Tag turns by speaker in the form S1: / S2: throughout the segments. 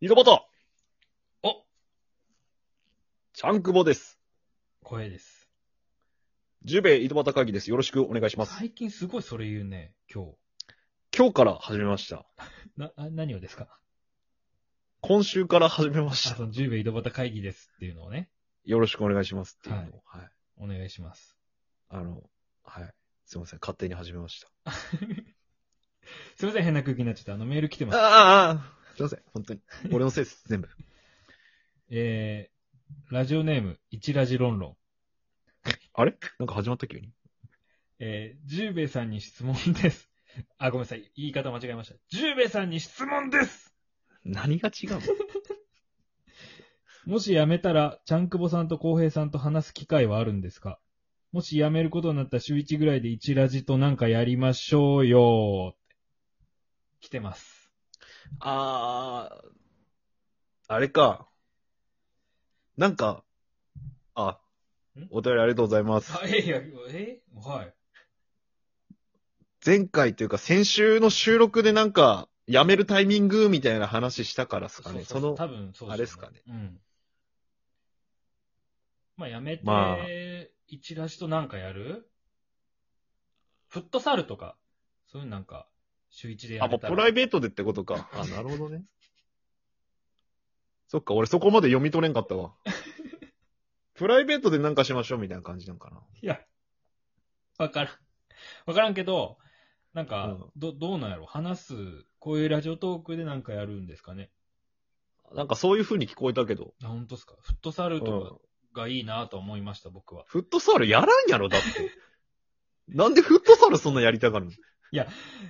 S1: 井戸端
S2: お
S1: ちゃんくぼです。
S2: 声です。
S1: ジュベ井戸端会議です。よろしくお願いします。
S2: 最近すごいそれ言うね、今日。
S1: 今日から始めました。
S2: な、あ何をですか
S1: 今週から始めま
S2: あ、
S1: した。
S2: その10秒井戸端会議ですっていうのをね、
S1: よろしくお願いしますっていうのを。はい。
S2: お願いします。
S1: あの、はい。すいません。勝手に始めました。
S2: すいません、変な空気になっちゃった。あの、メール来てます。
S1: ああすいません。本当に。俺のせい です。全部。
S2: えー、ラジオネーム、一ラジロンロン。
S1: あれなんか始まった急に。
S2: えー、十兵衛さんに質問です。 あ、ごめんなさい。言い方間違えました。十兵衛さんに質問です
S1: 何が違うの
S2: もし辞めたら、ちゃんくぼさんと浩平さんと話す機会はあるんですかもし辞めることになったら週1ぐらいで一ラジとなんかやりましょうよ来てます。
S1: あー、あれか。なんか、あ
S2: ん、
S1: お便りありがとうございます。
S2: あ、え、いや、えはい。
S1: 前回というか先週の収録でなんか、やめるタイミングみたいな話したからですかね。その、
S2: 多分そう
S1: あれっすかね。
S2: うん。まあ、やめて、
S1: まあ
S2: 一ラジとなんかやるフットサルとか、そういうなんか、週1でや
S1: あ、も
S2: め
S1: う
S2: た
S1: プライ
S2: ら。
S1: ベートでってことか。あ、なるほどね。 そっか、俺そこまで読み取れんかったわ。 プライベートでなんかしましょうみたいな感じなんかな。
S2: いや、わからん。わからんけど、なんか、
S1: うん
S2: ど、どうなんやろ話す、こういうラジオトークでなんかやるんですかね。
S1: なんかそういう風に聞こえたけど。
S2: あ、本当っすかフットサル
S1: うん
S2: とかがいいなと思いました、僕は。
S1: フットサルやらんやろ、だって。なんでフットサルそんなやりたがるのい
S2: や。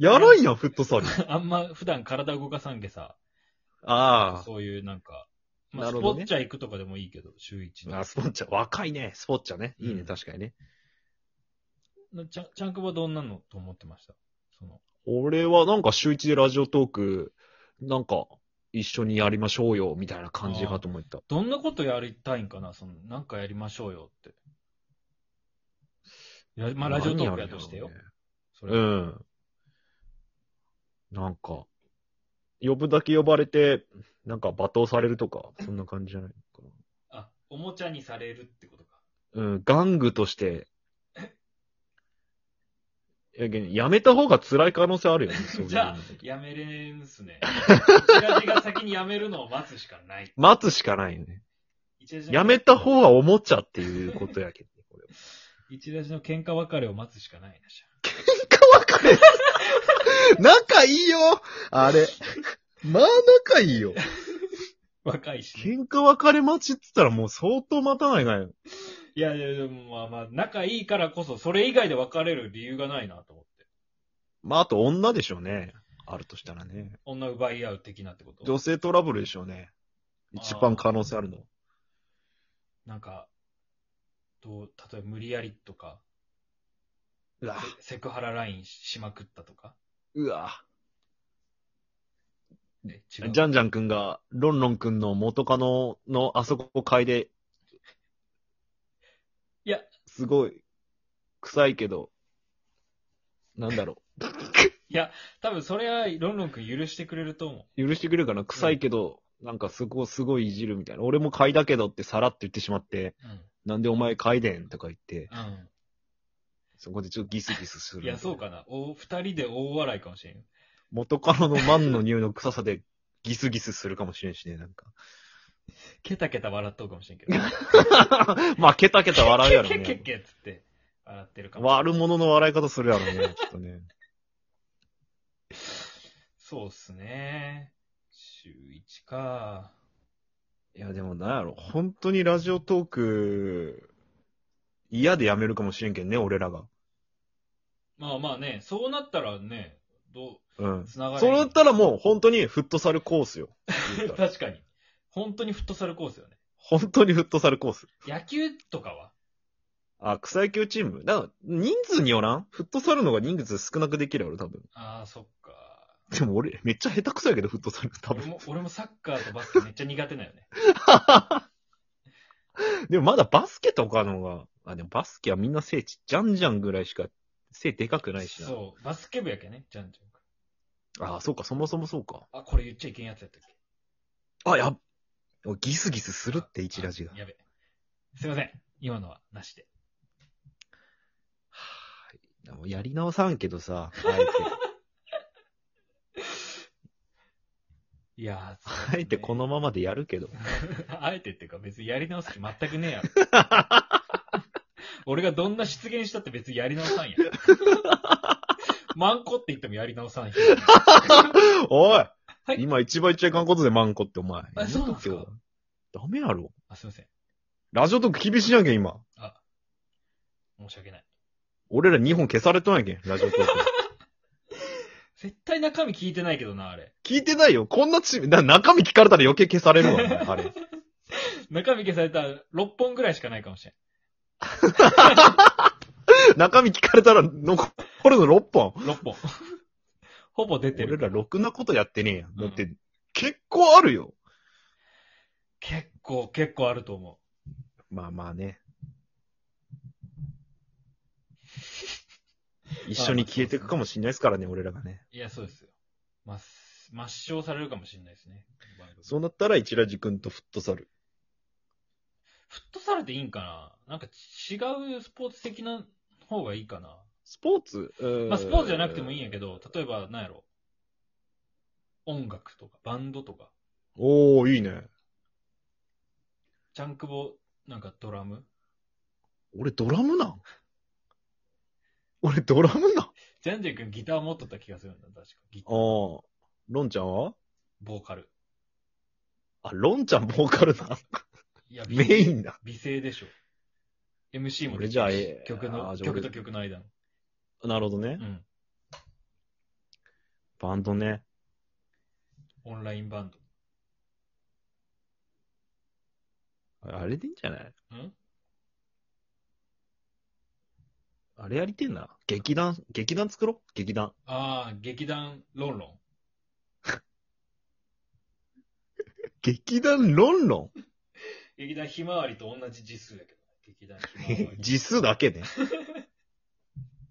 S1: やらんやん、フットサ ル。
S2: あんま普段体動かさんけさ。
S1: あ
S2: そういうなんか、まあ、
S1: なる
S2: ス
S1: ほ
S2: ポ
S1: どね
S2: ッチャ行くとかでもいいけど、週一
S1: あ。あ、
S2: の。
S1: スポッチャ。若いね、スポッチャね。いいね、
S2: うん
S1: 確かにね。
S2: なちゃん、ちゃんくぼはどんなのと思ってましたその、
S1: 俺はなんか週一でラジオトーク、なんか一緒にやりましょうよ、みたいな感じかと思った。
S2: どんなことやりたいんかなその、なんかやりましょうよって。やまあ、ラジオトークやとしてよ。それ
S1: う
S2: は
S1: ん。なんか、呼ぶだけ呼ばれて、なんか罵倒されるとか、そんな感じじゃないのか
S2: あ、おもちゃにされるってことか。
S1: な。うん、玩具として、やけんやめた方が辛い可能性あるよね、そういうの
S2: じゃあ、やめれんすね。一ラジが先にやめるのを待つしかない。
S1: 待つしかないよね。
S2: 一ラジの
S1: やめた方がおもちゃっていうことやけん、ね。これ
S2: 一ラジの喧嘩別れを待つしかないな、じゃあ
S1: かれ仲いいよあれ。まあ仲いいよ。
S2: 若いし、ね。
S1: 喧嘩別れ待ちって言ったらもう相当待たないがよ。
S2: いやいや、でもまあまあ、仲いいからこそ、それ以外で別れる理由がないなと思って。
S1: まああと女でしょうね。あるとしたらね。
S2: 女奪い合う的なってこと
S1: 女性トラブルでしょうね。一番可能性あるの。
S2: なんか、どう、例えば無理やりとか、
S1: うわ、
S2: セセクハララインししまくったとか。
S1: うわ。
S2: え、違う。
S1: ジャンジャン君が、ロンロン君の元カノのあそこ買いで、
S2: いや、
S1: すごい、臭いけど、なんだろ
S2: 多分それは、ロンロン君許してくれると思
S1: う。許してくれるかな臭いけど、なんかすごい、すごいいじるみたいな。俺も買いだけどってさらって言ってしまって、
S2: う。
S1: なんでお前買いでんとか言って、
S2: うん。
S1: そこでちょっとギスギスす
S2: う
S1: る。
S2: ん。いや、そう。かな。お、二人で大笑いかもしれんよ。
S1: 元カノの万の匂いの臭さでギスギスするかもしれんしね、なんか。
S2: ケタケタ笑っとうかもしれんけど。
S1: まあ、ケタケタ笑うやろ
S2: ケケケ
S1: ね。
S2: ケっつって、笑ってるかもしれん。
S1: 悪者の笑い方するやろね、きっと ね。
S2: そうっすね。週一か。
S1: いや、でもなんやろ、本当にラジオトーク、嫌でやめるかもしれんけんね、俺らが。
S2: まあまあね、そうなったらね、ど
S1: うん
S2: う、。つなが
S1: そう
S2: れ
S1: な
S2: る
S1: ったらもう本当にフットサルコースよ。言っ たら
S2: 確かに。本当にフットサルコースよね。
S1: 本当にフットサルコース。
S2: 野球とかは
S1: あ、草野球チームだから、人数によらんフットサルの方が人数少なくできるやろ、多分。
S2: ああ、そっか。
S1: でも俺、めっちゃ下手くそやけど、フットサル、多
S2: 俺
S1: 分。
S2: も、俺もサッカーとバスケめっちゃ苦手だよね。
S1: でもまだバスケとかの方が、あ、でもバスケはみんな背ちっちゃんじゃんぐらいしか、背でかくないしな。
S2: そう、バスケ部やけね、じゃんじゃん。
S1: あ、そうか、そもそもそうか。
S2: あ、これ言っちゃいけんやつやったっけ
S1: あ、やっ、ギスギスするって、一ラジが。
S2: やべ。すいません。今のはなしで。
S1: はいもうやり直さんけど さ、あえて。
S2: いやー、そうね
S1: あえてこ。のままでやるけど。
S2: あえてっていうか別にやり直す気全くねえ やろ。俺がどんな出現したって別にやり直さ んや。マンコって言ってもやり直 さんや。
S1: おい、
S2: はい
S1: 今一番言っちゃいかんことでマンコってお前。
S2: あそうなんすか
S1: やめとけよダメやろ。
S2: あ、すいません。
S1: ラジオトーク厳しいやんけ、今。
S2: 申し訳ない。
S1: 俺ら2本消されとんやけん、ラジオトーク。
S2: 絶対中身聞いてないけどな、あれ。
S1: 聞いてないよ。こんなチーム、だ中身聞かれたら余計消されるわ、お前あ れ。
S2: 中身消されたら6本ぐらいしかないかもしれん。
S1: 中身聞かれたら残るの6本。
S2: 6本。 ほぼ出て
S1: 俺
S2: る。
S1: らろくなことやってねえやん。
S2: ん
S1: だって、結構あるよ。
S2: 結構、結構あると思
S1: まあまあね。一緒に消えていくかもしんないですからね、俺らがね。
S2: う。いや、そうですよ。まっ、抹消されるかもしれないですね。
S1: そうなったら、一ラジ君とフットサル。
S2: フットサルっていいんかななんか違うスポーツ的な方がいいかな
S1: スポーツうーん
S2: まあスポーツじゃなくてもいいんやけど、例えばなんやろ音楽とかバンドとか、
S1: おー、いいね。
S2: ジャンクボなんかドラム
S1: 俺ドラムなん俺ドラムなんあ
S2: ジャンジェン君ギター持っとった気がするんだ、確か。ギタ
S1: あ
S2: ー、
S1: ー。ロンちゃんは
S2: ボーカル。
S1: あ、ロンちゃん ボーカルだ。
S2: いや、
S1: メインだ。
S2: 美声でしょ。MC も
S1: 俺じゃあええ
S2: 曲
S1: あ
S2: の、
S1: ーじゃあ
S2: 曲
S1: 俺
S2: と曲の間の。
S1: なるほどね。
S2: うん。
S1: バンドね。
S2: オンラインバン
S1: あれでいいんじゃない
S2: ド。ん
S1: あれやりてんな。劇団、劇団作ろう劇団。
S2: ああ、劇団ロンロン。
S1: 劇団ロンロ
S2: 劇団ひまわりと同じ字数やけど。劇団ひま わ
S1: ン
S2: り。
S1: 字数だけね。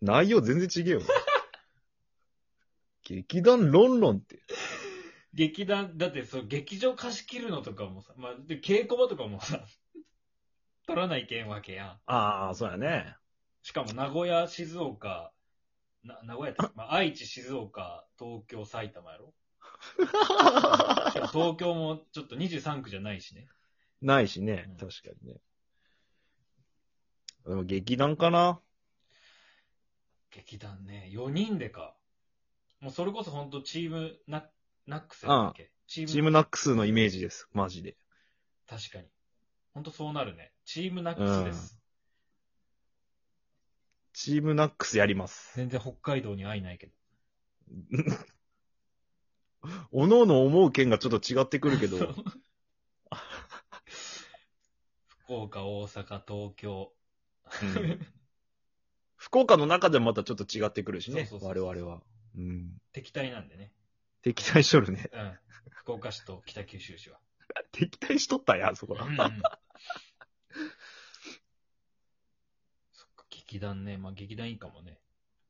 S1: 内容全然違えよ。劇団ロンロンって。
S2: 劇団、だってそう、劇場貸し切るのとかもさ、まあ、で、稽古場とかもさ、 取らないけんわけやん。
S1: ああ、そうやね。
S2: しかも名古屋、静岡、な、名古屋って、まあ、愛知、静岡、東京、埼玉や ろしかも東京もちょっと23区じゃないしね。
S1: ないしね
S2: うん、
S1: 確かにね。でも劇団かな
S2: 劇団ね、4人でか。もうそれこそほんとチームナ、ナックスやったっけチ
S1: チームナックスのイメージです、マジで。
S2: 確かに。ほんとそうなるね。チームナックスです。
S1: チームナックスやります。
S2: 全然北海道に会いないけど。
S1: おのおの思う件がちょっと違ってくるけ
S2: そ
S1: ど
S2: う、福岡、大阪、東京。
S1: うん福岡の中でもまたちょっと違ってくるしね
S2: そう、そう
S1: 我
S2: そう
S1: 々は。うん。
S2: 敵対なんでね。
S1: 敵対しとるね。
S2: うん。福岡市と北九州市は。
S1: 敵対しとったんや、あそこ
S2: う
S1: ら
S2: ん。うん そっか、劇団ね。まあ劇団いいかもね。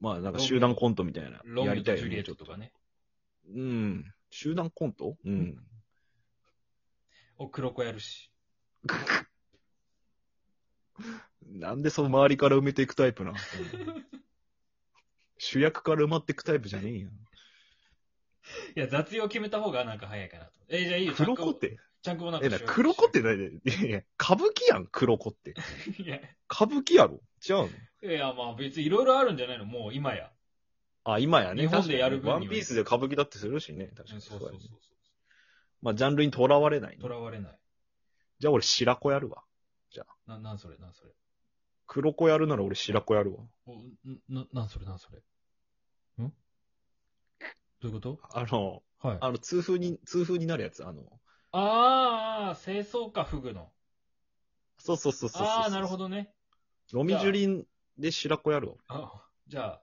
S1: まあなんか集団コントみたいな。
S2: ロ
S1: や
S2: ング
S1: りたい
S2: とジ
S1: よ
S2: ュリエ
S1: ね、
S2: ッ
S1: ちょ
S2: ト
S1: っと
S2: と。かね。
S1: うん。集団コントうん。
S2: お、黒子やるし。
S1: なんでその周りから埋めていくタイプ な。主役から埋まっていくタイプじゃねえやん。
S2: いや、雑用決めた方がなんか早いかなと。えじゃあいいよ。
S1: 黒子っ
S2: ちゃんこ
S1: て。
S2: ちゃんこもなんか
S1: え、
S2: し
S1: な
S2: よう。
S1: 黒子って何いやいや、歌舞伎やん、黒子って。
S2: いや、
S1: 歌舞伎やろ違うの
S2: いや、まあ別にいろいろあるんじゃないのもう今や。
S1: あ、今やね。
S2: 日本でやる分には
S1: ワンピースで歌舞伎だってするしね。確か
S2: うん
S1: に
S2: そ
S1: そうう
S2: そう
S1: や
S2: そう
S1: ね。
S2: そう。
S1: まあ、ジャンルにとらわれないね、
S2: とらわれない。
S1: じゃあ俺、白子やるわ。
S2: な、なんそれ、なんそれ。
S1: 黒子やるなら俺、白子やるわ。
S2: お、んな、なんそれ、なんそれ。んどういうこと
S1: あの、
S2: はい。あ
S1: あの、痛風に、痛風になるやつ、あの、
S2: あー、清掃か、フグの。
S1: そうそうそうそうそう。
S2: ああ、なるほ。どね。
S1: ロミジュリンで白子やるわ。
S2: あじゃあ、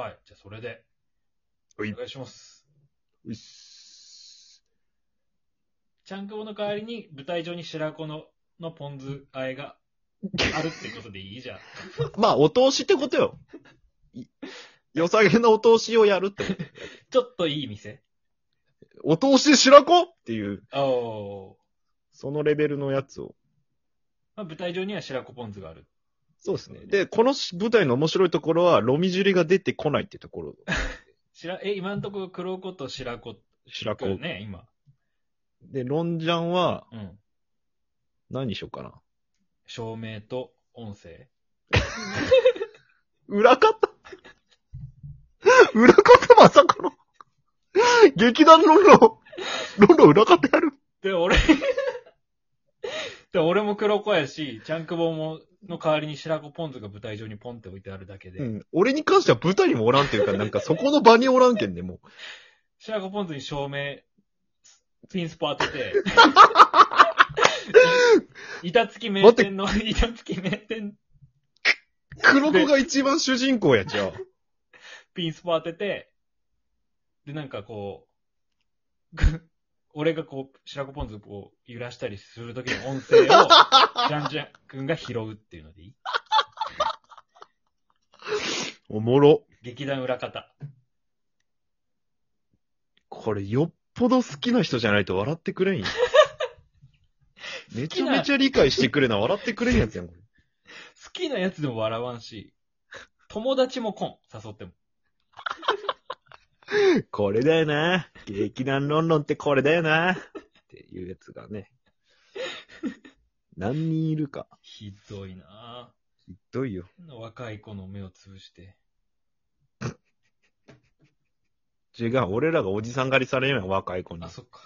S2: はい。じゃあ、それで。お
S1: はい
S2: 願いします。
S1: うっす
S2: ちゃんくぼの代わりに、舞台上に白子の、のポン酢あえがあるってことでいい じゃん。
S1: まあ、お通しってことよ。い良さげなお通しをやるってこと。
S2: ちょっといい店。
S1: お通し白子っていう、
S2: おー
S1: そのレベルのやつを。
S2: まあ、舞台上には白子ポン酢がある。
S1: そうですね。で、この舞台の面白いところは、ロミジュリが出てこないってところ。
S2: 白、え、今んとこ黒子と白子。
S1: 白子。
S2: ね、今。
S1: で、ロンジャンは、
S2: うん。
S1: 何にしようかな。
S2: 照明と音声。
S1: 裏方 裏方まさかの劇団ロンロン、ロンロン裏方やる
S2: で、俺、で、俺も黒子やし、チャンクボも、の代わりに白子ポン酢が舞台上にポンって置いてあるだけで、
S1: うん。俺に関しては舞台にもおらんっていうか、なんかそこの場におらんけんで、も
S2: 白子ポン酢に照明、ピンスポ当て て、板付き名店の、板付き名店
S1: う。黒子が一番主人公や、じゃあ。
S2: ピンスポ当てて、で、なんかこう、 ぐ俺がこう、白子ポン酢をこう揺らしたりするときの音声を、ジャンジャン君が拾うっていうのでいい
S1: おもろ。
S2: 劇団裏方。
S1: これよっぽど好きな人じゃないと笑ってくれんよ。めちゃめちゃ理解してくれな、笑ってくれんやつやん、これ。
S2: 好きなやつでも笑わんし、友達も来ん、誘っても。
S1: これだよな。劇団ロンロンってこれだよな。っていうやつがね。何人いるか。
S2: ひどいな
S1: ひどいよ。
S2: ぁ。若い子の目を潰して。
S1: 違う、俺らがおじさん狩りされるやん、若い子に
S2: あ、。そっか。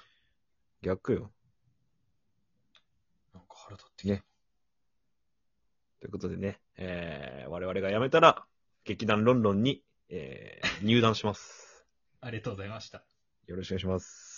S1: 逆よ。
S2: なんか腹立ってきた。
S1: ねということでね、えー、我々が辞めたら、劇団ロンロンに、えー、入団します。
S2: ありがとうございました。
S1: よろしくお願いします。